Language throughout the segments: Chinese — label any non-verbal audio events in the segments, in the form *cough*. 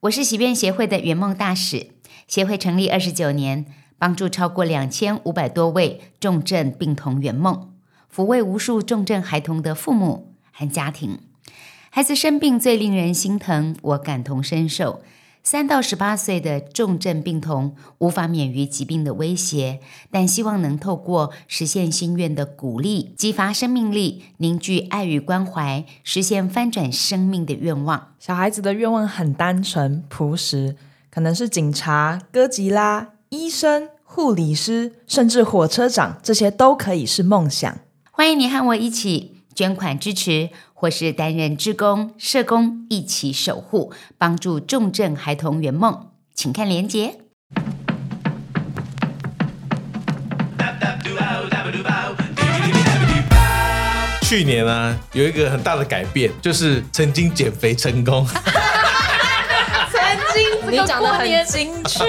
我是洗变协会的圆梦大使。协会成立二十九年，帮助超过两千五百多位重症病童圆梦，抚慰无数重症孩童的父母和家庭。孩子生病最令人心疼，我感同身受。三到十八岁的重症病童无法免于疾病的威胁，但希望能透过实现心愿的鼓励，激发生命力，凝聚爱与关怀，实现翻转生命的愿望。小孩子的愿望很单纯朴实，可能是警察、哥吉拉、医生、护理师，甚至火车长，这些都可以是梦想。欢迎你和我一起捐款支持，或是担任志工、社工，一起守护，帮助重症孩童圆梦。请看连结。去年啊，有一个很大的改变，就是曾经减肥成功。你讲得很精确，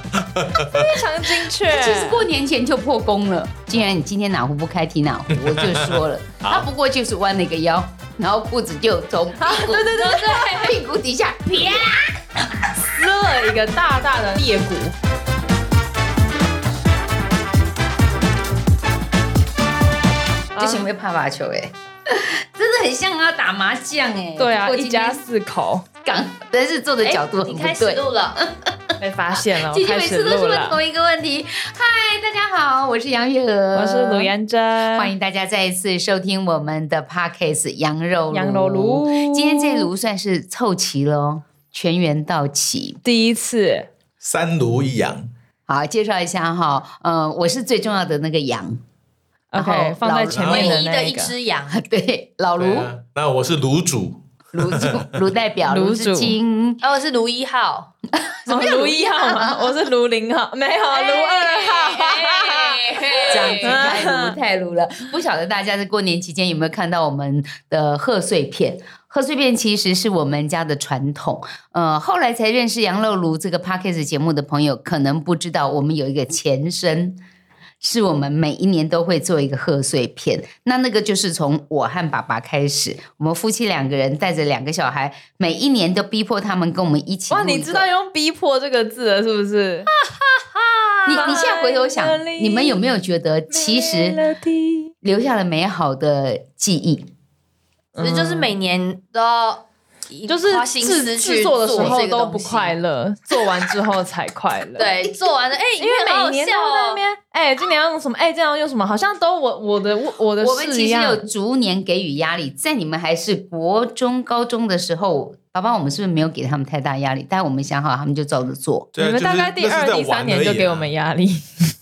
*laughs* 非常精确。其实过年前就破功了，既然你今天哪壶不开提哪壶，我就说了，他不过就是弯了一个腰，然后裤子就从屁股对对对对屁股底下啪。撕了一个大大的裂谷。这行为怕把球哎、 *laughs* 真的很像啊打麻将哎、对啊，不过一今天家四口港，但是做的角度很哎你不开始对。录了，被发现 *laughs* 了，姐我姐开每始次都是录问了。同一个问题。嗨，大家好，我是杨月娥，我是鲁，妍珍，欢迎大家再一次收听我们的 podcast《羊肉羊肉炉。今天这炉算是凑齐了哦，全员到齐。第一次，三如一阳，好，介绍一下哈，呃，我是最重要的那个羊，然后 OK，放在嗯前老面唯哎的一那的一个。哦只羊， *laughs* 对，老对卢，啊，那我是卤煮，卢主，卢代表， *laughs* 卢卢志主金，哦，是卢一号，什么哎卢一号 *laughs* 吗？我是卢零号，没有哦卢二 *laughs* 号。哎这这样子太鲁太鲁 *laughs* 了。不晓得大家在过年期间有没有看到我们的贺岁片？贺岁片其实是我们家的传统。呃，后来才认识羊肉炉这个 p a c k a g e 节目的朋友，可能不知道我们有一个前身。是我们每一年都会做一个贺岁片，那那个就是从我和爸爸开始，我们夫妻两个人带着两个小孩，每一年都逼迫他们跟我们一起录哇，一个。你知道用“逼迫”这个字了是不是？你你现在回头想，哎你们有没有觉得其实 Melody 留下了美好的记忆？所以就是每年都要一嗯就是花心制思制去作的时候这个都东不西快，乐，做完之后才快乐。。 *laughs* 对，做完了，哎，因为每年都在那边，哎、今年要用什么？哎、今年要用什么？好像都我我的我我的我们事啊其一实样。有逐年给予压力，在你们还是国中、高中的时候，爸爸，我们是不是没有给他们太大压力？但我们想好，他们就照着做。对啊你们就是大概第二、那是第在玩三年而已啊就给我们压力。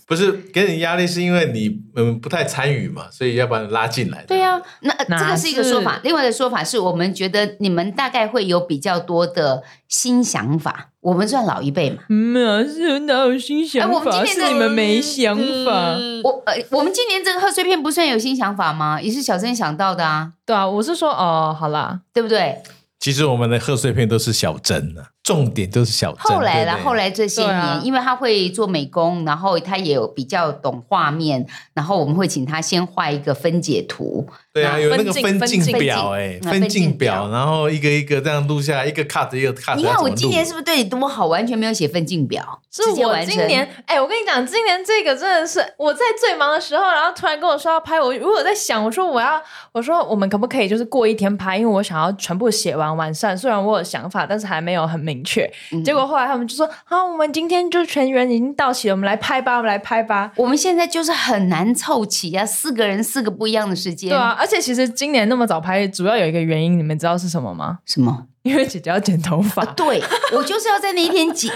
不是给你压力，是因为你嗯不太参与嘛，所以要把你拉进来。对啊呀、那呃哪这个是一个说法是，另外的说法是我们觉得你们大概会有比较多的新想法，我们算老一辈嘛。嗯没有，是哪有新想哎我们今法？年的是你们没想法。嗯我呃，我们今年这个贺岁片不算有新想法吗？也是小珍想到的啊，对啊，我是说，哦，好啦，对不对？其实我们的贺岁片都是小珍啊，重点都是小珍。后来啦对，不对后来这些年，对啊因为他会做美工，然后他也有比较懂画面，然后我们会请他先画一个分解图，对啊，那有那个分分镜镜表哎，分镜分分镜镜表表，然后一个一个这样录下来，一个 cut 一个 cut。你看我今年是不是对你多么好，完全没有写分镜表，是直接我完成今年，哎、我跟你讲，今年这个真的是我在最忙的时候，然后突然跟我说要拍，我如果在想，我说我要，我说我们可不可以就是过一天拍，因为我想要全部写完完善。虽然我有想法，但是还没有很明确。嗯结果后来他们就说，好，我们今天就全员已经到齐了，我们来拍吧，我们来拍吧。我们现在就是很难凑齐呀、四个人四个不一样的时间，对啊，而且其实今年那么早拍，主要有一个原因，你们知道是什么吗？什么？啊因为姐姐要剪头发， *laughs* 对我就是要在那一天剪，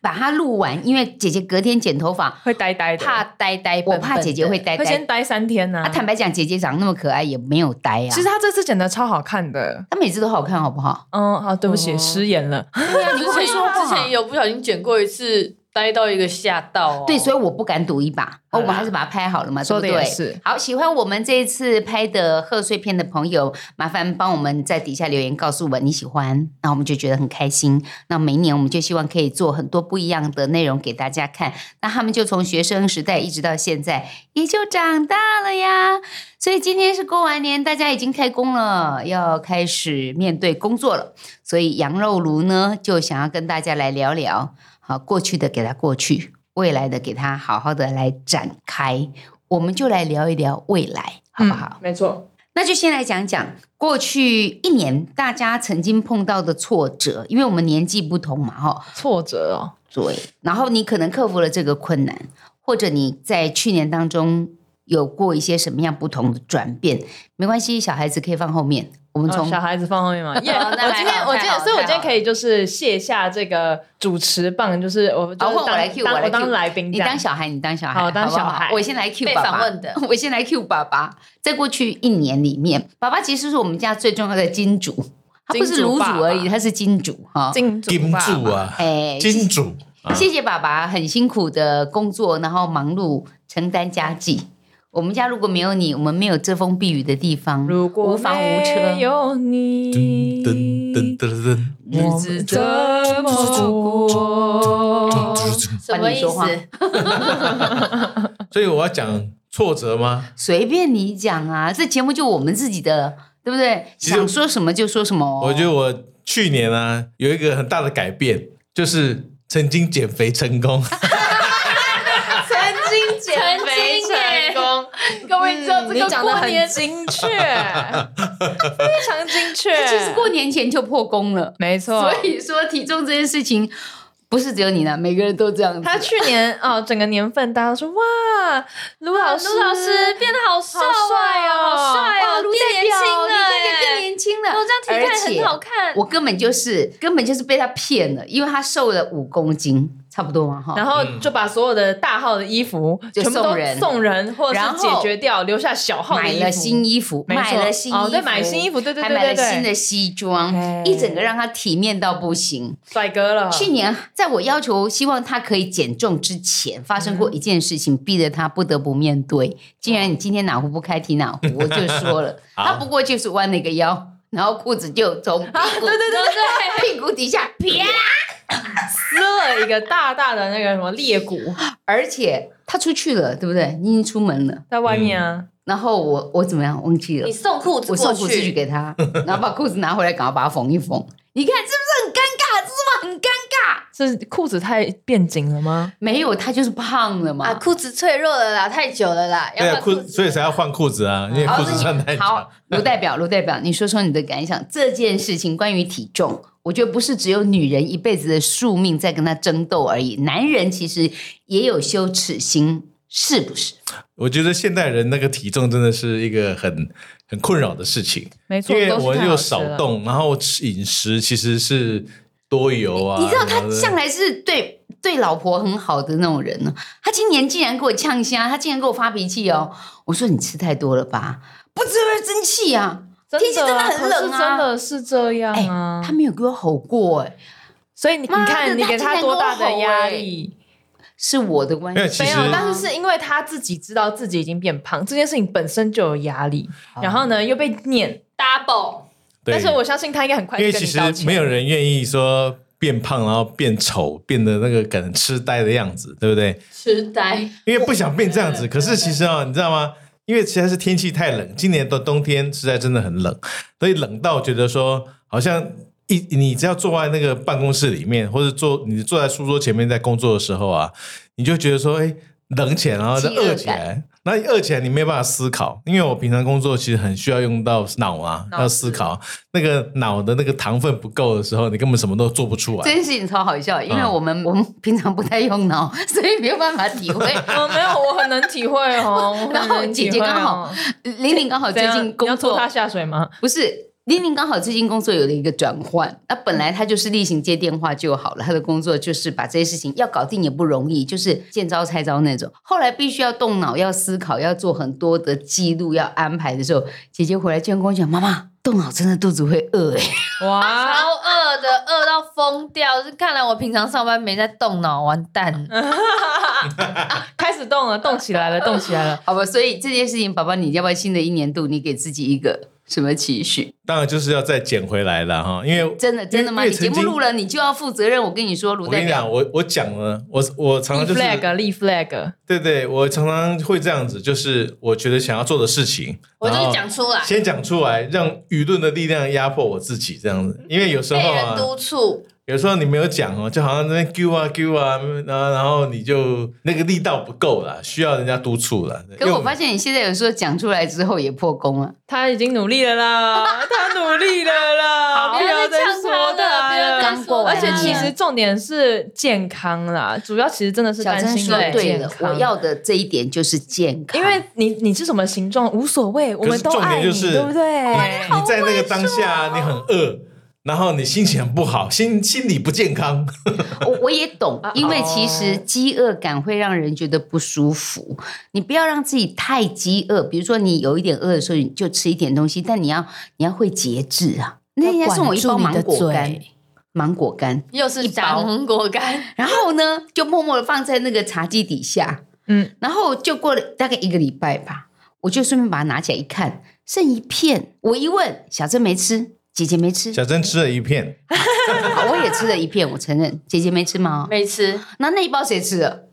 把它录完，因为姐姐隔天剪头发，会呆呆的，怕呆呆，我怕姐姐会呆会呆先。呆三天呢、啊，坦白讲，姐姐长那么可爱，也没有呆啊。其实她这次剪的超好看的。她每次都好看，好不好？嗯，好，对不起，哦失言了。对啊，你之会不会前说话？之前有不小心卷过一次，呆到一个吓到哦，对，所以我不敢赌一把。哦，我们还是把它拍好了嘛，对说不得对？也是好，喜欢我们这一次拍的贺岁片的朋友，麻烦帮我们在底下留言告诉我们你喜欢，那我们就觉得很开心。那每一年我们就希望可以做很多不一样的内容给大家看。那他们就从学生时代一直到现在，也就长大了呀。所以今天是过完年，大家已经开工了，要开始面对工作了。所以羊肉炉呢，就想要跟大家来聊聊，好过去的给它过去，未来的给它好好的来展开。我们就来聊一聊未来，好不嗯好？没错，那就先来讲讲过去一年大家曾经碰到的挫折，因为我们年纪不同嘛，哈，挫折哦，对。然后你可能克服了这个困难，或者你在去年当中有过一些什么样不同的转变，没关系，小孩子可以放后面。我们从、哦小孩子放后面嘛。 *laughs* 耶！那还好我今天我今太好天，所以我今太天好可以就是卸下这个主持棒，就是我就好是换我当来 cue，当我来 cue 当来宾你这样，当小孩，你当小孩，好哦当不小孩我先来 Q 被爸爸访问的 *laughs* 我先来 Q 爸爸。在过去一年里面，爸爸其实是我们家最重要的金主，他不金是主卤爸煮而已，爸他是金主哈。金金吧主啊，哎，金主啊，谢谢爸爸很辛苦的工作，然后忙碌承担家计。我们家如果没有你，我们没有遮风避雨的地方，如果无房无没车，有你，噔噔噔噔日我子们怎怎么过？噔，什么你意说话思？所以我要讲挫折吗？随便你讲啊，这节目就我们自己的，对不对？其实想说什么就说什么、哦。我觉得我去年啊有一个很大的改变，就是曾经减肥成 *laughs* 功。曾经减肥成功，各位知道这你个讲得过很年精确，非常精确，其实过年前就破功了。没哦错所。以说体重这件事情，不是只有你呢，每个人都这样子。他去年哦，整个年份大家都说哇，卢老师，卢老师变得好瘦好帅哦好帅哇哦，卢变代年表轻了你耶，看你变年轻了，我这样体态很好看。我根本就是根本就是被他骗了，因为他瘦了五公斤，差不多嘛哈。然后就把所有的大号的衣服就全部都送人嗯送人，或者然是后解决掉，留下小号的买衣服了新衣服，没错买了新衣服，哦对买新衣服对对对还买了对对新的西装哎，一整个让他体面到不行。帅哥了，去年在我要求希望他可以减重之前，发生过一件事情，逼得他不得不面对。既然你今天哪壶不开提哪壶，我就说 *laughs* 了，好他不过就是弯了一个腰，然后裤子就 *laughs* 从屁股啊对对对对屁股底下啪，撕了一个大大的那个什么裂谷而且他出去了，对不对？你已经出门了，在外面啊，然后我我怎么样忘记了你？送裤子我过送裤子去去，给他，然后把裤子拿回来，赶快把它缝一缝。你看是不是很尴尬？是不是很尴尬？是裤子太变紧了吗？没有，他就是胖了嘛。啊，裤子脆弱了啦，太久了啦，对要啊，把裤子所以才要换裤子哦啊，因为裤子穿太好长。，卢代表，卢代表，你说说你的感想。这件事情关于体重，我觉得不是只有女人一辈子的宿命在跟他争斗而已，男人其实也有羞耻心，是不是？我觉得现代人那个体重真的是一个很很困扰的事情，没错，因为都是我太好又吃了少动，然后吃饮食其实是多油啊。你知道他然后呢向来是对对老婆很好的那种人呢、他今年竟然给我呛虾，他竟然给我发脾气哦！我说你吃太多了吧，不吃会生气啊！真天气真的啊很冷可啊是真的是这样哎、啊。他没有给我吼过哎、所以你你妈的看，你他给竟然他多大跟我的吼压哎力？是我的关没有系。其没实有，但是是因为他自己知道自己已经变胖，这件事情本身就有压力，然后呢又被念。 double，啊对但是我相信他应该很快因就为跟其你实道歉。没有人愿意说变胖，然后变丑，变得那个可能痴呆的样子，对不对？痴呆，因为不想变这样子。可是其实啊，你知道吗？因为实在是天气太冷，今年的冬天实在真的很冷，所以冷到觉得说，好像一你只要坐在那个办公室里面，或者坐你坐在书桌前面在工作的时候啊，你就觉得说，哎，冷起来，然后就饥饿饿起来。那你饿起来，你没有办法思考，因为我平常工作其实很需要用到脑啊，脑子要思考。那个脑的那个糖分不够的时候，你根本什么都做不出这来。件事情超好笑，因为嗯我们、我们平常不太用脑，所以没有办法体 *laughs* 会。嗯，没有，我很能体会 *laughs* 哦。我很然后能姐体姐会刚好哦玲玲刚好最怎样近工你要拖作他下水吗？不是。玲玲刚好最近工作有了一个转换，那本嗯来她就是例行接电话就好了，她的工作就是把这些事情要搞定也不容易，就是见招拆招那种。后来必须要动脑，要思考，要做很多的记录，要安排的时候，姐姐回来居然跟我讲：“妈妈，动脑真的肚子会饿哎、哇，超饿的，饿到疯掉。就是看来我平常上班没在动脑，完蛋。开始始动了，动起来 *laughs* 了，动起来了。 *laughs* 好吧，所以这件事情，宝宝，你要不要新的一年度，你给自己一个什么期许？当然就是要再捡回来了哈，因为真的，真的吗？因你为节目曾经录了，你就要负责任。我跟你说，卢我代跟你表讲，，我我讲了，我我常常立就是 flag，立 flag，对对，我常常会这样子，就是我觉得想要做的事情，我就然后是讲出来，先讲出来，让舆论的力量压迫我自己这样子，因为有时候 *laughs* 被啊人，督促，有时候你没有讲哦，就好像那边丢啊丢啊，然后然后你就那个力道不够了，需要人家督促了。可因为我发现你现在有时候讲出来之后也破功了。他已经努力了 *laughs* 啦，他努力了啦，好不要再不要再呛他了说不要再了。刚过完而年，且其实重点是健康啦，主要其实真的是小担珍心说你的对健了，康我。要的这一点就是健康，因为你你是什么形状无所谓，我们都重点爱你，就是对不对？你你在那个当下，你很饿，然后你心情很不好，心心理不健康。我我也懂，啊 *laughs* 因为其实哦饥饿感会让人觉得不舒服。你不要让自己太饥饿，比如说你有一点饿的时候，你就吃一点东西，但你要你要会节制啊。那人家送我一包芒果要管住你干的，芒果干，又是炸包芒果干，然后呢就默默的放在那个茶几底下，嗯，然后就过了大概一个礼拜吧，我就顺便把它拿起来一看，剩一片，我一问小珍没吃，姐姐没吃，小珍吃了一片，好啊我也吃了一片，我承认姐姐没吃嘛、哦没吃，那那一包谁吃了？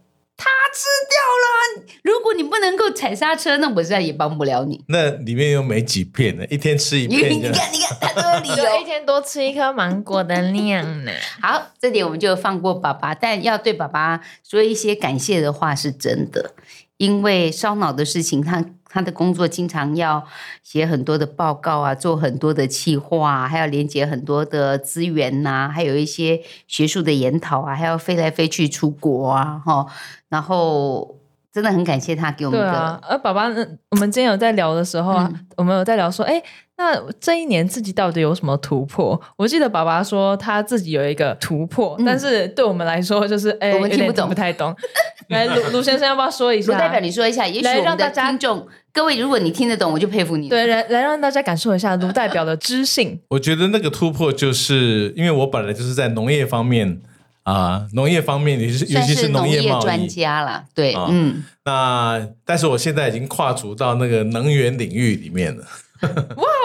他吃掉了啊。如果你不能够踩刹车，那我现在也帮不了你。那里面又没几片呢，一天吃一你片你就。看，你看，他都有理有一由。天多吃一颗芒果的量 *laughs* 呢。好，这点我们就放过爸爸，但要对爸爸说一些感谢的话是真的，因为烧脑的事情，他他的工作经常要写很多的报告啊，做很多的企划、啊，还要连接很多的资源呐、还有一些学术的研讨啊，还要飞来飞去出国啊，哈，然后。真的很感谢他给我们对的嗯啊，而爸爸，嗯我们今天有在聊的时候啊，我们有在聊说，哎，那这一年自己到底有什么突破？我记得爸爸说他自己有一个突破，嗯但是对我们来说就是，哎，我们有点听不懂不太懂。 *laughs* 来，卢 *laughs* 卢先生要不要说一卢下？代表你说一下，也许我们让的大家听众各位，如果你听得懂，我就佩服你。，对，来来让大家感受一下卢代表的 *laughs* 知性。我觉得那个突破就是因为我本来就是在农业方面啊、农业方面，尤其是尤算其是农业业贸专易。家啦。对，啊嗯，那但是我现在已经跨足到那个能源领域里面了。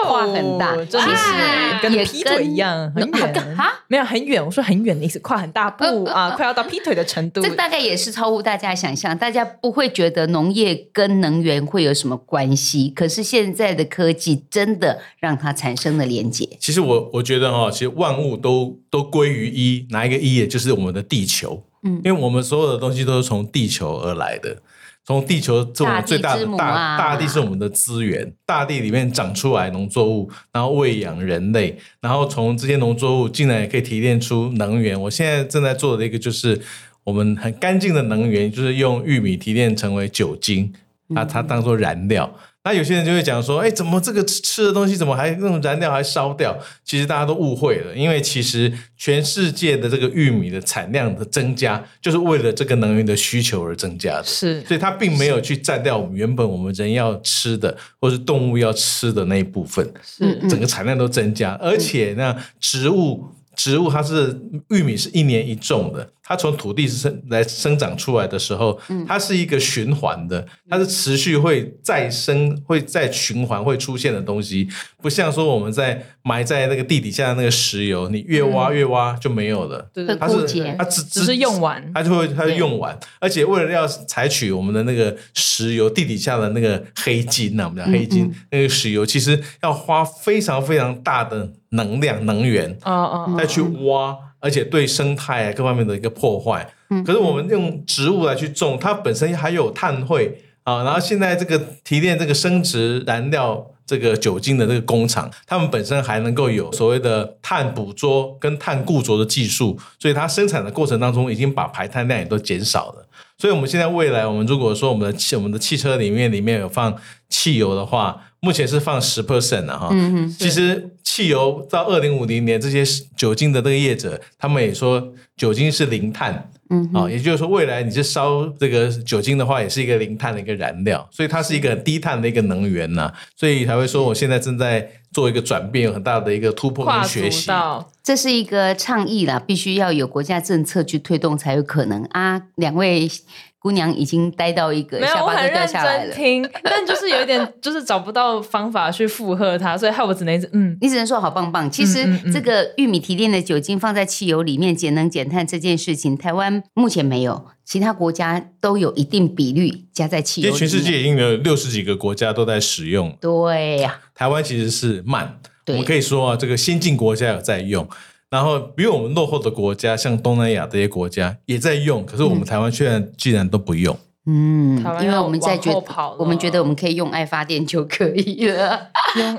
话很大，哦其真的实是跟劈腿一样，很 *laughs* 啊远哈，没有很远，我说很远的意思，跨很大步 *laughs* 呃啊，快要到劈腿的程度这。大概也是超乎大家想象，大家不会觉得农业跟能源会有什么关系，可是现在的科技真的让它产生了连接。其实我我觉得哈、其实万物都都归于一，哪一个一，也就是我们的地球。嗯因为我们所有的东西都是从地球而来的，从地球是我大们地最大之的母大、啊大地是我们的资源，大地里面长出来农作物，然后喂养人类，然后从这些农作物竟然也可以提炼出能源。我现在正在做的一个就是我们很干净的能源，就是用玉米提炼成为酒精，那它嗯当做燃料。那有些人就会讲说，哎，怎么这个吃吃的东西怎么还用燃料还烧掉？其实大家都误会了，因为其实全世界的这个玉米的产量的增加，就是为了这个能源的需求而增加的。是所以它并没有去占掉我们原本我们人要吃的，或是动物要吃的那一部分，嗯嗯整个产量都增加。嗯而且呢，植物植物它是玉米是一年一种的，它从土地生来生长出来的时候，嗯它是一个循环的，它是持续会再生、会再循环、会出现的东西，不像说我们在埋在那个地底下的那个石油，你越挖越挖就没有了。对会嗯对它枯是竭它只只是用完它就会它就用完，而且为了要采取我们的那个石油地底下的那个黑金呐、啊我们讲黑金、那个石油，其实要花非常非常大的能量能源哦哦，再去挖，而且对生态啊各方面的一个破坏。可是我们用植物来去种，它本身还有碳汇啊，然后现在这个提炼这个生殖燃料。这个酒精的这个工厂，他们本身还能够有所谓的碳捕捉跟碳固着的技术，所以它生产的过程当中已经把排碳量也都减少了。所以，我们现在未来，我们如果说我们的汽我们的汽车里面里面有放汽油的话，目前是放十 percent 的哈。嗯其实汽油到二零五零年，这些酒精的这个业者，他们也说酒精是零碳。嗯，啊、也就是说，未来你是烧这个酒精的话，也是一个零碳的一个燃料，所以它是一个很低碳的一个能源呐、所以才会说我现在正在做一个转变，有很大的一个突破跨跟足学习。到这是一个倡议啦，必须要有国家政策去推动才有可能啊。两位姑娘已经呆到一个没有，下我巴很都掉认下来真了。听，但就是有一点，就是找不到方法去附和他，所以害我只能一直嗯，你只能说好棒棒。其嗯实嗯这个玉米提炼的酒精放在汽油里面节能减碳这件事情，台湾目前没有，其他国家都有一定比率加在汽因油为里面。全世界已经有六十几个国家都在使用，对呀、台湾其实是慢。对我可以说啊，这个先进国家有在用，然后比我们落后的国家，像东南亚这些国家也在用，可是我们台湾却然既然都 *laughs* 不用。嗯台，湾因为要我们在往觉后跑了我们觉得我们可以用爱发电就可以了。啊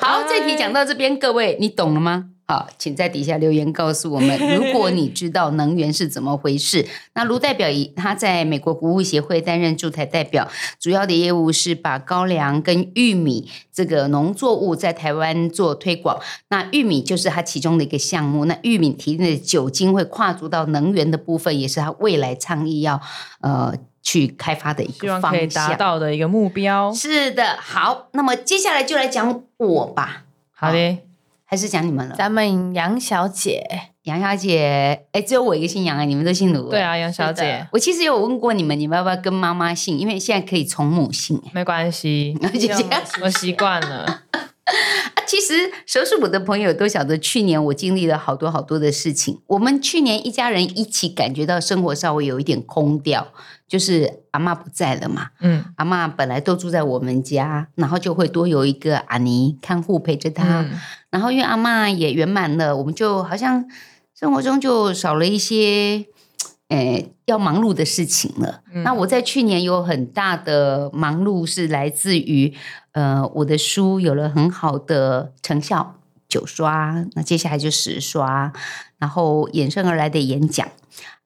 好，这题讲到这边，各位你懂了吗？好，请在底下留言告诉我 *laughs* 们，如果你知道能源是怎么回事。那卢代表以他在美国谷物协会担任驻台代表，主要的业务是把高粱跟玉米这个农作物在台湾做推广。那玉米就是它其中的一个项目。那玉米提炼的酒精会跨足到能源的部分，也是它未来倡议要呃去开发的一希个望方可以达向。到的一个目标。是的，好，那么接下来就来讲我吧，好的，还是讲你们了？咱们杨 *laughs* 小姐，杨小姐，哎，只有我一个姓杨啊，你们都姓卢。对，啊，杨小姐，我其实有问过你们，你们要不要跟妈妈姓？因为现在可以从母姓。没啊关系，哎姐姐我习惯 *laughs* 了。啊，其实熟识我的朋友都晓得，去年我经历了好多好多的事情。我们去年一家人一起感觉到生活稍微有一点空掉，就是阿妈不在了嘛。嗯，阿妈本来都住在我们家，然后就会多有一个阿尼看护陪着她。嗯然后因为阿嬷也圆满了，我们就好像生活中就少了一些，呃，要忙碌的事情了。嗯那我在去年有很大的忙碌是来自于，呃，我的书有了很好的成效，九刷，那接下来就十刷，然后衍生而来的演讲。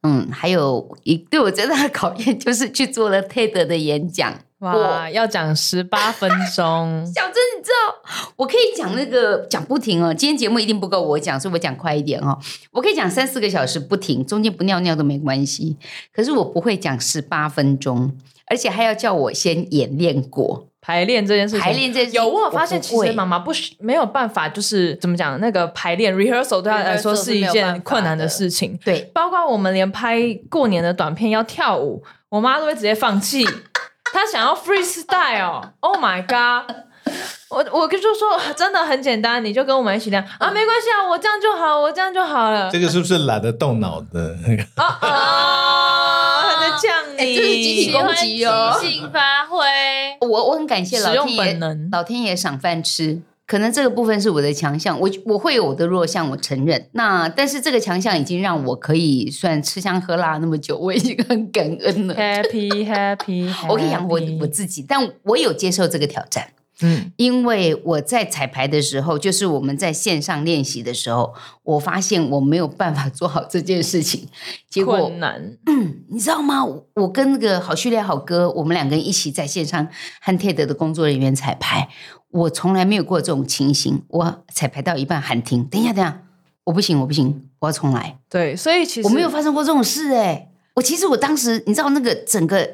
嗯，还有一对我最大的考验就是去做了 TED 的演讲，，哇，要讲十八分钟小珍，你知道我可以讲那个讲不停哦，今天节目一定不够我讲，所以我讲快一点哦。我可以讲三四个小时不停，中间不尿尿都没关系。可是我不会讲十八分钟，而且还要叫我先演练过排练这件事情，排练这件事情有我有发现，我不其实会妈妈不是没有办法，就是怎么讲，那个排练 rehearsal 对她来说 rehearsal 是是一没有办法件的困难的事情。对，包括我们连拍过年的短片要跳舞，我妈都会直接放弃，她想要 freestyle。Oh *laughs* my god！我我跟就说啊真的很简单，你就跟我们一起练嗯啊，没关系啊，我这样就好，我这样就好了这。个是不是懒得动脑的？啊啊！她在呛 *laughs* 哎你，这是集体喜欢攻击哦即兴发挥，我我很感谢使老用天爷本能老天爷赏饭吃。可能这个部分是我的强项，我我会有我的弱项，我承认。那但是这个强项已经让我可以算吃香喝辣那么久，我已经很感恩了。 happy happy，我可以养活 happy 我自己，但我有接受这个挑战。嗯，因为我在彩排的时候，就是我们在线上练习的时候，我发现我没有办法做好这件事情。结果困难，你知道吗？我我跟那个好序列好哥，我们两个人一起在线上和 TED 的工作人员彩排，我从来没有过这种情形。我彩排到一半喊停，等一下，等一下，我不行，我不行，我要重来。对，所以其实我没有发生过这种事哎、我其实我当时你知道那个整个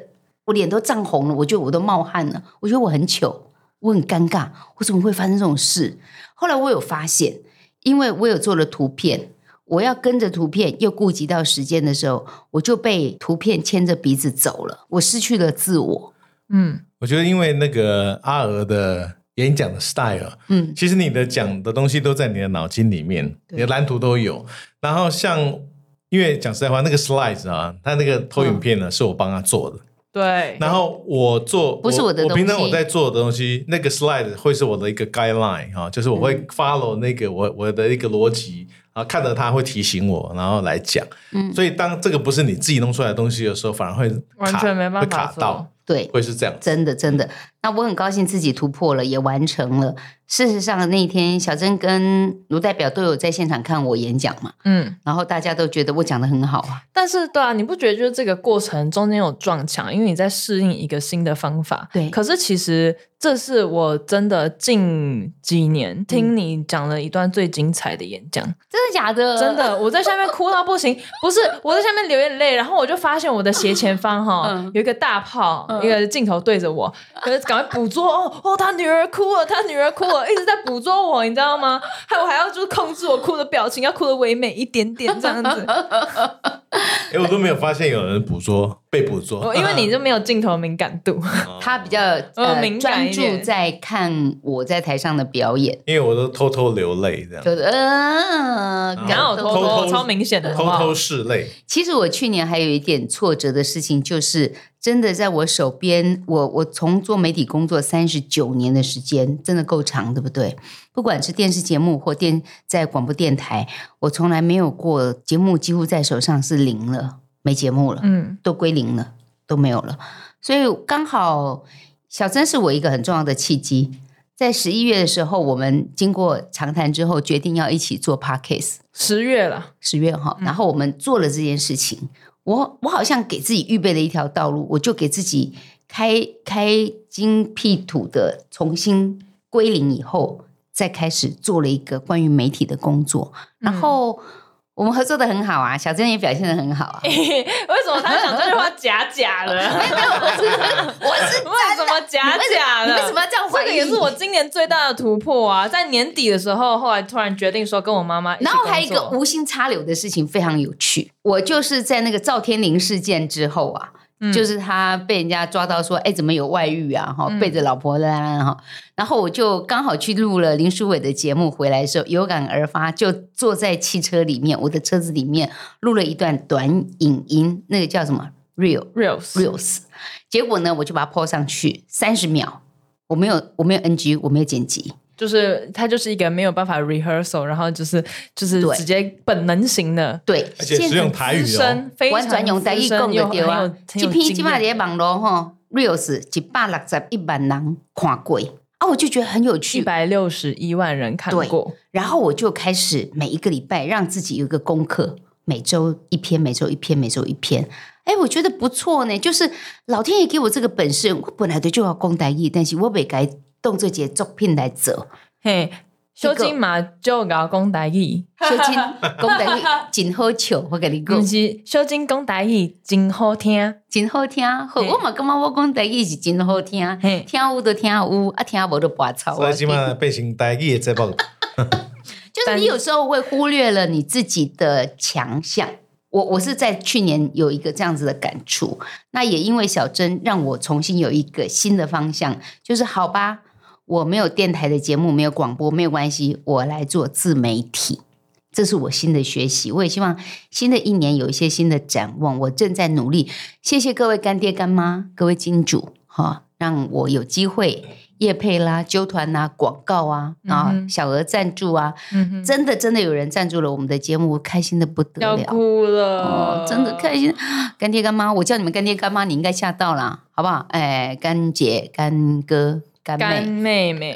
我脸都涨红了，我觉得我都冒汗了，我觉得我很糗，我很尴尬，我怎么会发生这种事？后来我有发现，因为我有做了图片，我要跟着图片又顾及到时间的时候，我就被图片牵着鼻子走了，我失去了自我。嗯， *laughs* 我觉得因为那个阿娥的演讲的 style，嗯，其实你的讲的东西都在你的脑筋里面，对你的蓝图都有。然后像，因为讲实在话，那个 slides 啊，他那个投影片呢，是我帮他做的。对，然后我做不是我我的我平常东西我在做的东西，那个 slide 会是我的一个 guideline 啊，就是我会嗯 follow 那个我我的一个逻辑啊，看着它会提醒我，然后来讲。嗯所以当这个不是你自己弄出来的东西的时候，反而会卡完全没办法会卡做到，对，会是这样子。真的真的。那我很高兴自己突破了，也完成了。事实上，那一天小珍跟卢代表都有在现场看我演讲嘛，嗯。然后大家都觉得我讲的很好啊。但是，对啊，你不觉得就是这个过程中间有撞墙，因为你在适应一个新的方法。对可是其实这是我真的近几年听嗯你讲了一段最精彩的演讲，真的假的？真。的，我在下面哭到 *laughs* 不行。不是我在下面流眼泪，然后我就发现我的斜前方哈、嗯有一个大炮，一个镜头对着我，可是赶快捕捉哦哦，他女儿哭了，他女儿哭了，一直在捕捉我，你知道吗？害我还要就是控制我哭的表情，要哭的唯美一点点这样子。哎，我都没有发现有人捕捉被捕捉 *laughs* 啊我，因为你就没有镜头敏感 *laughs* 度，哦他比较呃呃敏专感一注点在看我在台上的表演，因为我都偷偷流泪这样，就是嗯，然后感然后动偷偷偷偷超明显的，好偷不好偷拭泪。其实我去年还有一点挫折的事情，就是真的在我手边，我我从做媒体工作三十九年的时间，真的够长，对不对？不管是电视节目或电在广播电台，我从来没有过节目几乎在手上是零了，没节目了。嗯，都归零了，都没有了。所以刚好小珍是我一个很重要的契机。在十一月的时候，我们经过长谈之后，决定要一起做 podcast。十月了，十月哈，然后我们做了这件事情，我我好像给自己预备了一条道路，我就给自己开开金辟土的重新归零以后，再开始做了一个关于媒体的工作。然后我们合作的很好啊，小珍也表现的很好啊。 *laughs* 为什么他讲这句话假假 *laughs* 的？哎没有没有，我是我是 *laughs* 为什么假假你的？为什么要这样这怀个疑？也是我今年最大的突破啊！在年底的时候，后来突然决定说跟我妈妈一起然工后作，还有一个无心插柳的事情非常有趣，我就是在那个赵天林事件之后啊，嗯就是他被人家抓到说，哎，怎么有外遇啊？哈，嗯背着老婆啦啦啦哈。然后我就刚好去录了林书伟的节目，回来的时候有感而发，就坐在汽车里面，我的车子里面录了一段短影音，那个叫什么 real reels reels。结果呢，我就把它 po 上去，三十秒，我没有我没有 NG，我没有剪辑，就是它就是一个没有办法 rehearsal，然后就是就是对直接本能型的对，而且是用台语资哦，深，非我常转用台语讲就对啊。一这篇即马在网络吼，reels 一百六十一万人看过，啊，我就觉得很有一趣。百六十一万人看对过，然后我就开始每一个礼拜让自己有一个功课，每周一篇，每周一篇，每周一篇。哎，我觉得不错呢，就是老天爷给我这个本事，我本来就就要讲台语，但是我未该动作节作品来做，嘿，这修个金马就搞公台语，所以 *laughs* 讲台语真好笑，我跟你讲不。是修金公台语真好听，真好听，好，嘿我嘛感觉我讲台语是真好听嘿，听有就听有，啊听无就拔草所啊以。起码变成台语的节目。就是你有时候会忽略了你自己的强项。我我是在去年有一个这样子的感触，那也因为小珍让我重新有一个新的方向，就是好吧，我没有电台的节目，没有广播，没有关系，我来做自媒体。这是我新的学习，我也希望新的一年有一些新的展望。我正在努力，谢谢各位干爹干妈，各位金主哈、让我有机会业配啦、揪团啦、广告啊啊、嗯哼小额赞助啊，嗯哼，真的真的有人赞助了我们的节目，我开心的不得要了。哭了哦，，真的开 *laughs* 心！干爹干妈，我叫你们干爹干妈，你应该吓到啦，好不好？哎，干姐、干哥、干干妹，妹妹，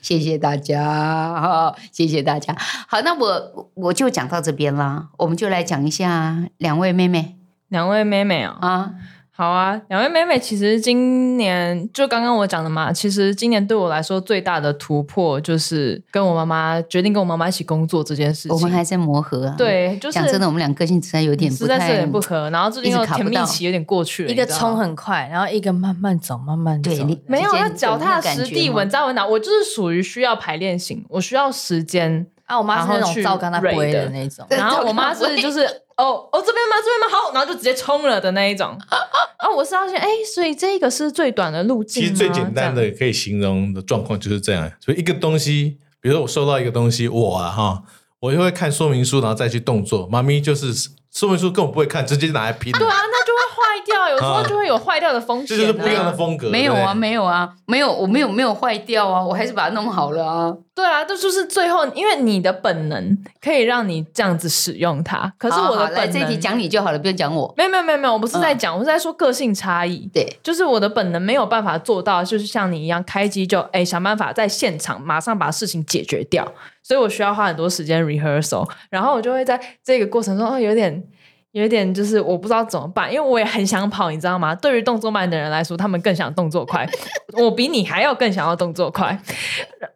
谢谢大家哈、谢谢大家。好，那我我就讲到这边啦，我们就来讲一下两位妹妹两位妹妹哦，啊，好啊，两位妹妹，其实今年就刚刚我讲的嘛，其实今年对我来说最大的突破就是跟我妈妈决定跟我妈妈一起工作这件事情。我们还在磨合啊。，对，就是讲真的，我们俩个性实在有点实不在是有太点不合，然后最近一直又卡不甜蜜到期有点过去了，一个你知道冲吗很快，然后一个慢慢走，慢慢走。对你没有姐姐要你脚懂那踏个感实觉地、吗稳扎稳打。我就是属于需要排练型，我需要时间。啊，我妈是那然后去种照刚她不会蕊的的那种，对然后我妈照是看就是 *laughs* 哦哦这边吗？这边吗？好，然后就直接冲了的那一 *laughs* 种。然后我是要先哎，所以这个是最短的路径其吗。实最简单这样，的可以形容的状况就是这样，所以一个东西，比如说我收到一个东西，我啊哈，我就会看说明书，然后再去动作。妈咪就是说明书根本不会看，直接拿来拼的对，啊，那就会坏掉，有时候就会有坏掉的风嗯这险、啊。就是不一样的风格。没有啊，对不对没有啊，没有，我没有没有坏掉啊，我还是把它弄好了啊。对啊，这就是最后，因为你的本能可以让你这样子使用它，可是好我的好来本这能一题讲你就好了，不用讲我。没有没有没有没有，我不是在讲，我是在说个性差异。嗯对，就是我的本能没有办法做到，就是像你一样开机就哎想办法在现场马上把事情解决掉，所以我需要花很多时间 rehearsal，然后我就会在这个过程中哦有点。有点就是我不知道怎么办，因为我也很想跑，你知道吗？对于动作慢的人来说，他们更想动作快，我比你还要更想要动作快。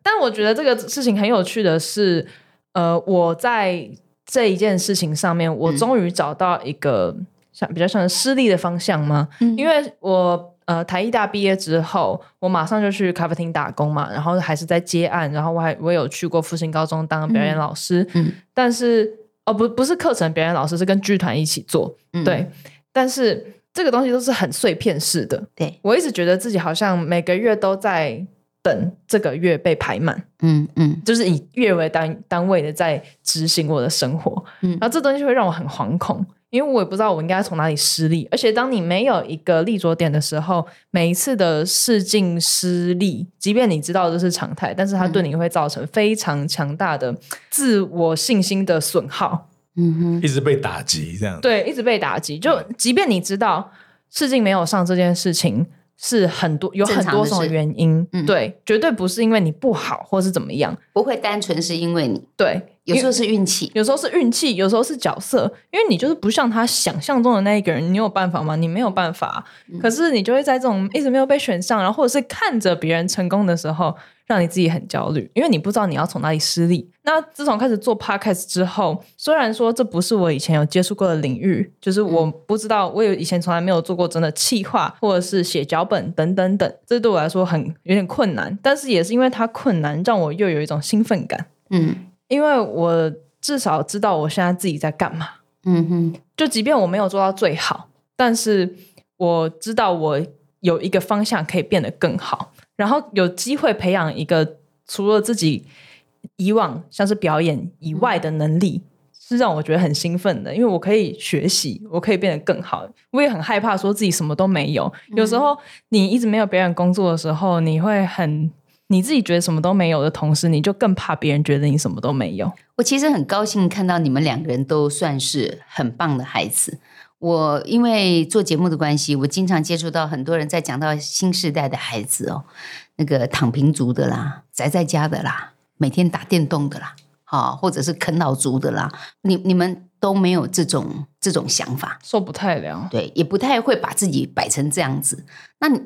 但我觉得这个事情很有趣的是，呃，我在这一件事情上面，我嗯终于找到一个像比较像是失利的方向吗？嗯因为我呃台艺大毕业之后，我马上就去咖啡厅打工嘛，然后还是在接案，然后我还我有去过复兴高中当表演老师，嗯嗯嗯但是哦不不是课程表演老师，是跟剧团一起做，嗯对，但是这个东西都是很碎片式的。对我一直觉得自己好像每个月都在等这个月被排满，嗯嗯就是以月为单单位的在执行我的生活。嗯然后这东西会让我很惶恐，因为我也不知道我应该从哪里施力。而且当你没有一个立足点的时候，每一次的试镜失利，即便你知道这是常态，但是嗯它对你会造成非常强大的自我信心的损耗。嗯哼，一直被打击这样。对，一直被打击。就嗯即便你知道试镜没有上这件事情是很多有正很常多的种事原因，嗯对，绝对不是因为你不好或是怎么样，不会单纯是因为你，对，有时候候是运气。有时候是运气，有时候是角色，因为你就是不像他想象中的那一个人，你有办法吗？你没有办法啊、可是你就会在这种一直没有被选上，然后或者是看着别人成功的时候，让你自己很焦虑，因为你不知道你要从哪里失利。那自从开始做 podcast 之后，虽然说这不是我以前有接触过的领域，就是我不知道，我有以前从来没有做过真的企划或者是写脚本等等等，这对我来说很有点困难。但是也是因为它困难，让我又有一种兴奋感。嗯因为我至少知道我现在自己在干嘛。嗯哼，就即便我没有做到最好，但是我知道我有一个方向可以变得更好，然后有机会培养一个除了自己以往像是表演以外的能力。是让我觉得很兴奋的，因为我可以学习，我可以变得更好。我也很害怕说自己什么都没有。有时候你一直没有表演工作的时候，你会很你自己觉得什么都没有的同时，你就更怕别人觉得你什么都没有。我其实很高兴看到你们两个人都算是很棒的孩子。我因为做节目的关系，我经常接触到很多人在讲到新时代的孩子哦，那个躺平族的啦，宅在家的啦，每天打电动的啦，好、或者是啃老族的啦，你你们都没有这种这种想法，受不太了。对，也不太会把自己摆成这样子。那你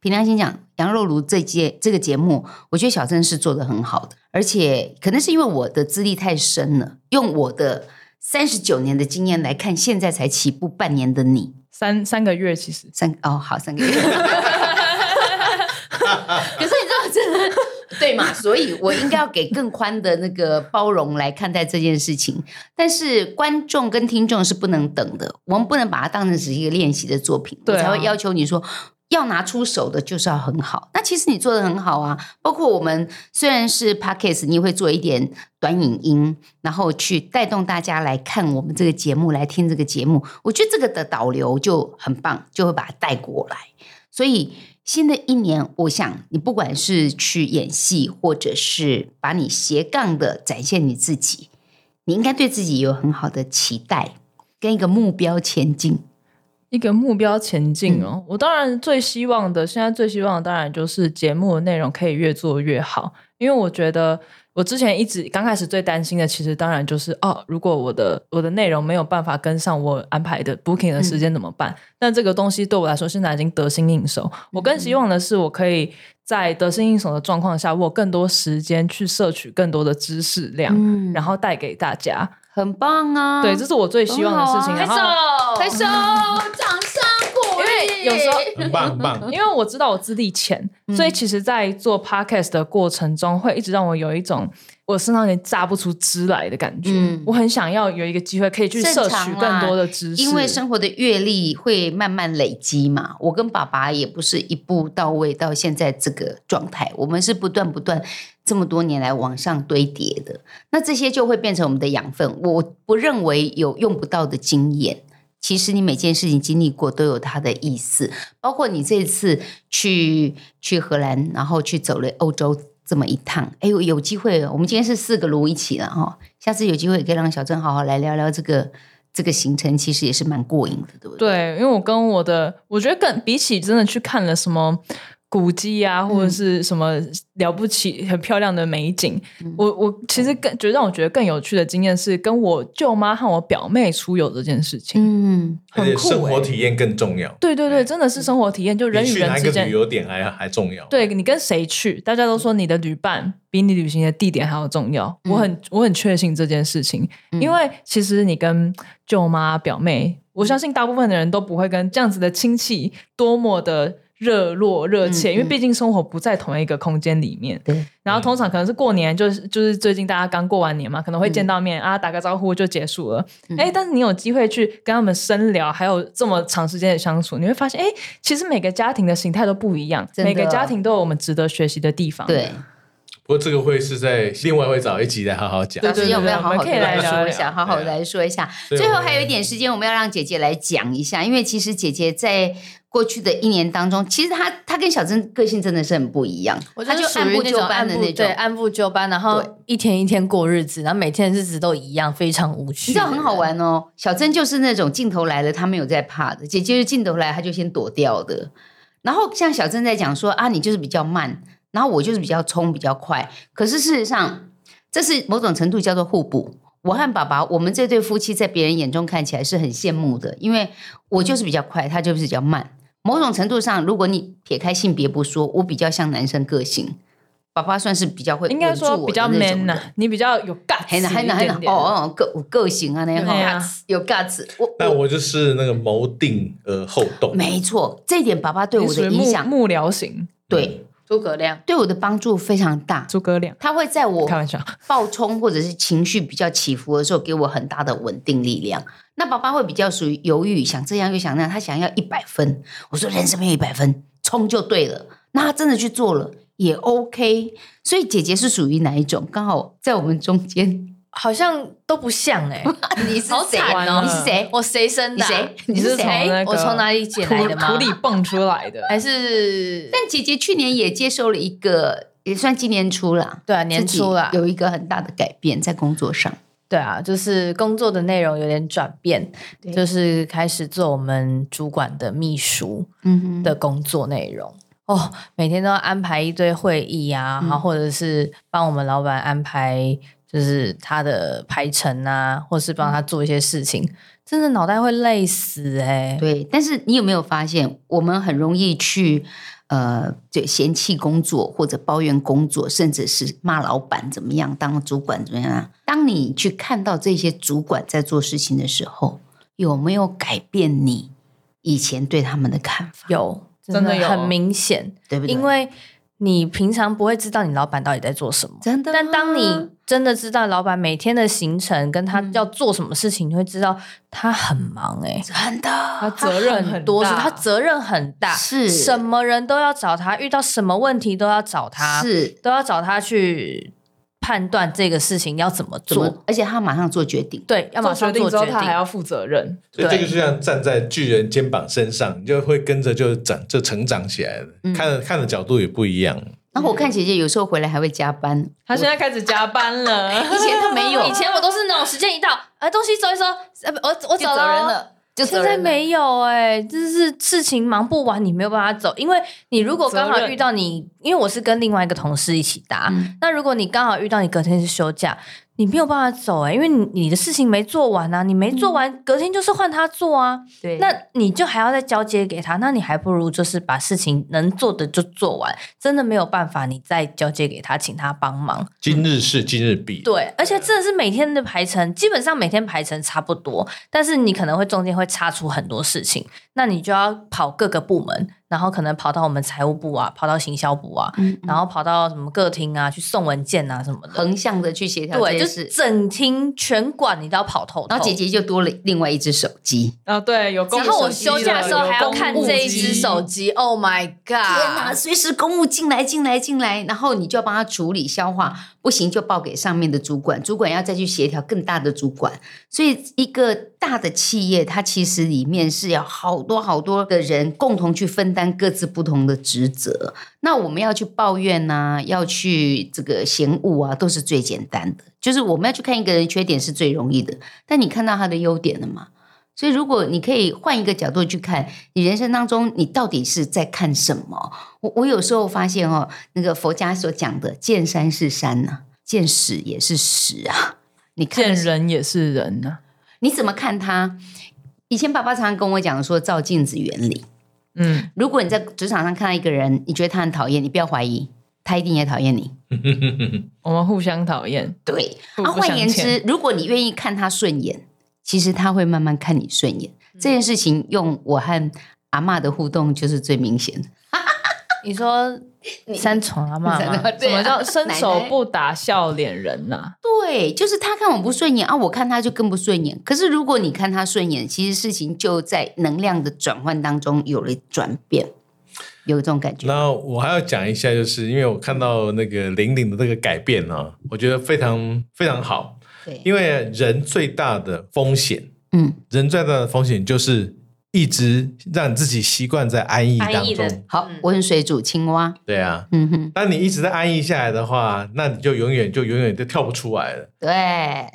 凭良心讲，《羊肉炉》这节这个节目，我觉得小郑是做的很好的，而且可能是因为我的资历太深了，用我的三十九年的经验来看，现在才起步半年的你，三三个月其实三哦好三 *laughs* 个月。可是你知道，真的 *laughs* 对嘛？所以我应该要给更宽的那个包容来看待这件事情。但是观众跟听众是不能等的，我们不能把它当成是一个练习的作品，对啊我才会要求你说。要拿出手的就是要很好，那其实你做的很好啊。包括我们虽然是 podcast，你也会做一点短影音，然后去带动大家来看我们这个节目，来听这个节目。我觉得这个的导流就很棒，就会把它带过来。所以新的一年，我想你不管是去演戏，或者是把你斜杠的展现你自己，你应该对自己有很好的期待，跟一个目标前进。一个目标前进哦。我当然最希望的，现在最希望的当然就是节目的内容可以越做越好，因为我觉得我之前一直刚开始最担心的，其实当然就是哦，如果我的我的内容没有办法跟上我安排的 booking 的时间怎么办？但这个东西对我来说现在已经得心应手，我更希望的是我可以。在得心应手的状况下，我有更多时间去摄取更多的知识量，嗯然后带给大家。很棒啊！对，这是我最希望的事情。很拍然手后，拍手，掌声鼓因为励。有时候很棒，很 *laughs* 棒。因为我知道我资历浅，嗯所以其实，在做 podcast 的过程中，会一直让我有一种我身上也榨不出汁来的感觉。嗯我很想要有一个机会可以去摄正取常更啦多的知识，因为生活的阅历会慢慢累积嘛。我跟爸爸也不是一步到位到现在这个状态，我们是不断不断这么多年来往上堆叠的。那这些就会变成我们的养分。我不认为有用不到的经验。其实你每件事情经历过都有它的意思，包括你这次去去荷兰，然后去走了欧洲这么一趟。哎呦，有机会，我们今天是四个炉一起了哈，下次有机会也可以让小郑好好来聊聊这个这个行程，其实也是蛮过瘾的，对不对？对，因为我跟我的，我觉得更比起真的去看了什么古迹啊，或者嗯是什么了不起、很漂亮的美景，我我其实嗯更觉得让我觉得更有趣的经验是跟我舅妈和我表妹出游这件事情，嗯，而很且酷、欸。生活体验更重要，对对对，真的是生活体验，就人比与去人哪一之个间旅游点还还重要。对你跟谁去，大家都说你的旅伴比你旅行的地点还要重要。嗯我很我很确信这件事情，因为其实你跟嗯舅妈、表妹，我相信大部分的人都不会跟这样子的亲戚多么的热络热切，嗯因为毕竟生活不在同一个空间里面。对。嗯然后通常可能是过年，就是就是最近大家刚过完年嘛，可能会见到面、啊，打个招呼就结束了。嗯哎、但是你有机会去跟他们深聊，还有这么长时间的相处，你会发现，哎，其实每个家庭的形态都不一样，真的哦每个家庭都有我们值得学习的地方。对，不过这个会是在另外会找一集来好好讲对。老师有没有好好我们可以跟我来聊说一聊下？好好对啊来说一下。所以最后我还有一点时间，我们要让姐姐来讲一下，因为其实姐姐在过去的一年当中，其实她她跟小珍个性真的是很不一样，我她是就属按于部那就种班按的部那对，种。按部就班，然后对一天一天过日子，然后每天的日子都一样，非常无趣。你知道很好，玩哦，小珍就是那种镜头来了，她没有在怕的；姐姐是镜头来，她就先躲掉的。然后像小珍在讲说啊，你就是比较慢，然后我就是比较冲、比较快。可是事实上，这是某种程度叫做互补。我和爸爸，我们这对夫妻在别人眼中看起来是很羡慕的，因为我就是比较快，他就是比较慢。某种程度上，如果你撇开性别不说，我比较像男生个性，爸爸算是比较会应该稳住说我比较的那种 man 的呐、你比较有 guts 很很一很点点。哦哦，个有个性啊，那对哈啊，有 guts，我那我就是那个谋定而后动，没错，这一点爸爸对你我属于嗯的影响，幕幕僚型对诸葛亮。对我的帮助非常大。诸葛亮，他会在我开玩笑。暴冲或者是情绪比较起伏的时候，给我很大的稳定力量。那爸爸会比较属于犹豫，想这样又想那样，他想要一百分。我说人生没有一百分，冲就对了。那他真的去做了也 OK。所以姐姐是属于哪一种？刚好在我们中间。 *laughs* 好像都不像哎、你是好谁惨哦！你是谁？我谁生的、啊？你谁你你是谁？从那个我从哪里捡来的吗？土里蹦出来的。还是但姐姐去年也接受了一个，也算今年初啦，对啊，年自己初啦，有一个很大的改变在工作上。对啊，就是工作的内容有点转变，对就是开始做我们主管的秘书嗯哼，的工作内容。哦，每天都要安排一堆会议啊，嗯然后或者是帮我们老板安排，就是他的排程啊，或是嗯帮他做一些事情，真的脑袋会累死哎、对。但是你有没有发现，我们很容易去呃，就嫌弃工作或者抱怨工作，甚至是骂老板怎么样，当主管怎么样啊？当你去看到这些主管在做事情的时候，有没有改变你以前对他们的看法？有，真的有很明显，对不对？因为你平常不会知道你老板到底在做什么。真的吗，但当你嗯真的知道老板每天的行程跟他要做什么事情，你会知道他很忙哎、真他的责任很很多大事，他责任很大，是什么人都要找他，遇到什么问题都要找他，是都要找他去判断这个事情要怎么怎做。么？而且他马上做决定。对，要马做决上定做之后，决他还定。要负责任。所以这个对就像站在巨人肩膀身上，你就会跟着就长就成长起来了，嗯看的看的角度也不一样。然后我看姐姐有时候回来还会加班，他现在开始加班了， *laughs* 以前她没有， *laughs* 以前我都是那种时间一到，啊，东西收一收，呃，不我我就走走了人哦。了，就走现在人了。没有哎、就是事情忙不完，你没有办法走，因为你如果刚好责任遇到你，因为我是跟另外一个同事一起搭，嗯那如果你刚好遇到你隔天是休假，你没有办法走哎、因为你你的事情没做完啊，你没做完，隔天就是换他做啊，对那你就还要再交接给他，那你还不如就是把事情能做的就做完，真的没有办法，你再交接给他，请他帮忙。今日事今日毕，对，而且真的是每天的排程，基本上每天排程差不多，但是你可能会中间会插出很多事情，那你就要跑各个部门，然后可能跑到我们财务部啊，跑到行销部啊，嗯然后跑到什么各厅啊，去送文件啊什么的。横向的去协调这对，就件是事，整厅全管你都要跑透透。然后姐，姐就多了另外一只手机。啊，对，有公务然后我机了休假的时候还要看这一有公务只机手机，Oh my 天哪！ god！随时公务进来，进来，进来，然后你就要帮他处理、消化，不行就报给上面的主管，主管要再去协调更大的主管。所以，一个大的企业，它其实里面是要好多好多的人共同去分担各自不同的职责。那我们要去抱怨呐、要去这个嫌恶啊，都是最简单的。就是我们要去看一个人缺点是最容易的，但你看到他的优点了吗？所以，如果你可以换一个角度去看，你人生当中你到底是在看什么？我我有时候发现哦，那个佛家所讲的“见山是山、呐，见屎也是屎啊”，你看见的是人也是人呐、你怎么看他？以前爸爸常常跟我讲说照镜子原理，嗯，如果你在职场上看到一个人，你觉得他很讨厌，你不要怀疑，他一定也讨厌你。我们互相讨厌，对，互啊，不相换言欠，之，如果你愿意嗯看他顺眼，其实他会慢慢看你顺眼。这件事情用我和阿嬷的互动就是最明显的。你说三重阿妈吗？ *laughs* 对什啊么叫伸手？奶奶不打笑脸人呐、对，就是他看我不顺眼啊，我看他就更不顺眼。可是如果你看他顺眼，其实事情就在能量的转换当中有了转变，有一种感觉。然后我还要讲一下，就是因为我看到那个玲玲的这个改变啊，我觉得非常非常好。对，因为人最大的风险，嗯，人最大的风险就是一直让自己习惯在安逸安当逸的中。好，温水煮青蛙。对啊，嗯哼，当你一直在安逸下来的话，那你就永远就永远就跳不出来了。对，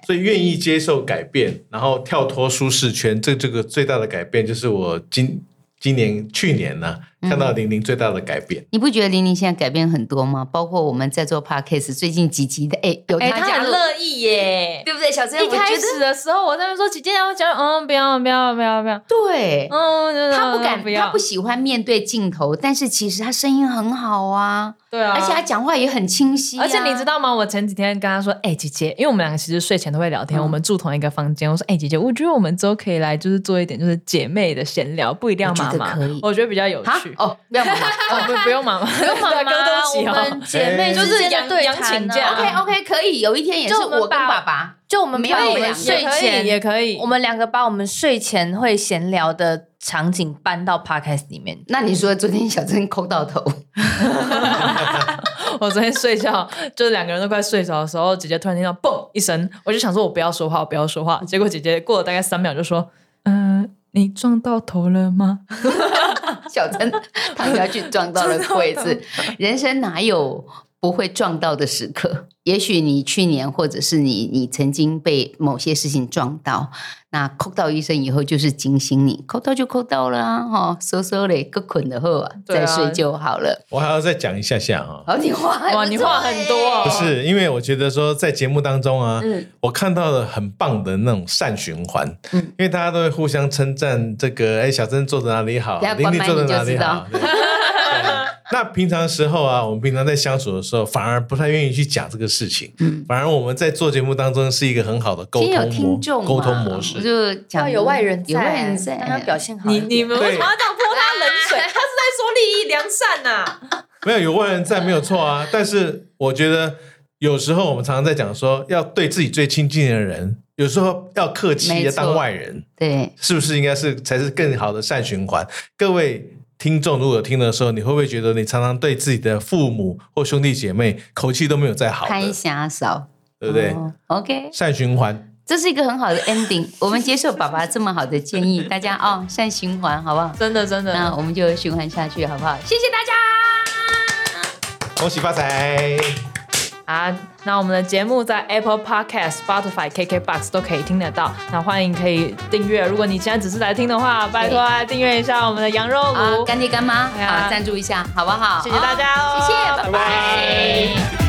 所以愿意接受改变，然后跳脱舒适圈，这这个最大的改变就是我今今年去年呢、看到玲玲最大的改变。你不觉得玲玲现在改变很多吗？包括我们在做 podcast，最近几集的，哎，有哎、她他加很入，乐意耶。对不对？小珍，一我觉开得始的时候，我在那边说姐姐，我讲嗯，不要不要不要不要，对，嗯，他不敢，不他要不，喜欢面对镜头，但是其实他声音很好啊，对啊，而且他讲话也很清晰啊、而且你知道吗？我前几天跟他说：“哎、姐姐，因为我们两个其实睡前都会聊天，嗯我们住同一个房间。”我说：“哎、姐姐，我觉得我们之后可以来，就是做一点就是姐妹的闲聊，不一定要我妈觉得妈，可以我觉得比较有啊趣。哦，不要妈妈。哦，不不用妈妈， *laughs* *laughs* 不用啊妈妈哥都我 *laughs* 起们哦。姐妹就之是间养的对养谈请啊假 OK OK，可哦以有一天也是就我我们跟把爸爸，就我们没有把我我们们睡也可前以，也可以我。们两个把我们睡前会闲聊的场景搬到 podcast 里面。那你说昨天小珍抠到头，我昨天睡觉，就是两个人都快睡着的时候，姐姐突然听到嘣一声，我就想说我不要说话，我不要说话。结果姐姐过了大概三秒就说：“嗯、你撞到头了吗？”小珍躺下去撞到了柜子。人生哪有不会撞到的时刻？也许你去年或者是你你曾经被某些事情撞到，那扣到医生以后就是警醒你，扣到就扣到了啊，哈、哦，收收嘞，各捆的后啊，对啊再睡就好了。我还要再讲一下下啊、好，你话还不哇你话错欸很多哦不是因为我觉得说在节目当中啊，嗯我看到了很棒的那种善循环，嗯因为大家都会互相称赞这个，哎，小珍做的哪里好，等下玲关玲麦做的哪你就里知道 *laughs* 好。对对那平常时候啊，我们平常在相处的时候，反而不太愿意去讲这个事情，嗯反而我们在做节目当中是一个很好的沟今天通有听模众嘛沟通模我式。就啊讲有外人在，让他表现好一你点。你们为什么要这样泼他冷水？他是在说利益良善呐、没有有外人在没有错啊，但是我觉得有时候我们常常在讲说，要对自己最亲近的人，有时候要客气，没要错当外人。对，是不是应该是才是更好的善循环？各位听众，如果有听的时候，你会不会觉得你常常对自己的父母或兄弟姐妹口气都没有再好拍的，霞嫂，对不对？哦？OK，善循环，这是一个很好的 *laughs* ending。我们接受爸爸这么好的建议，大家哦，善循环好不好？真的 *laughs* 真的。那我们就循环下去好不好？谢谢大家。恭喜发财！啊，那我们的节目在 Apple Podcast、Spotify、KKBox 都可以听得到。那欢迎可以订阅。如果你现在只是来听的话，拜托来订阅一下我们的羊肉啊，炉。干爹干妈哎呀啊，赞助一下好不好？谢谢大家哦好谢谢，拜拜拜拜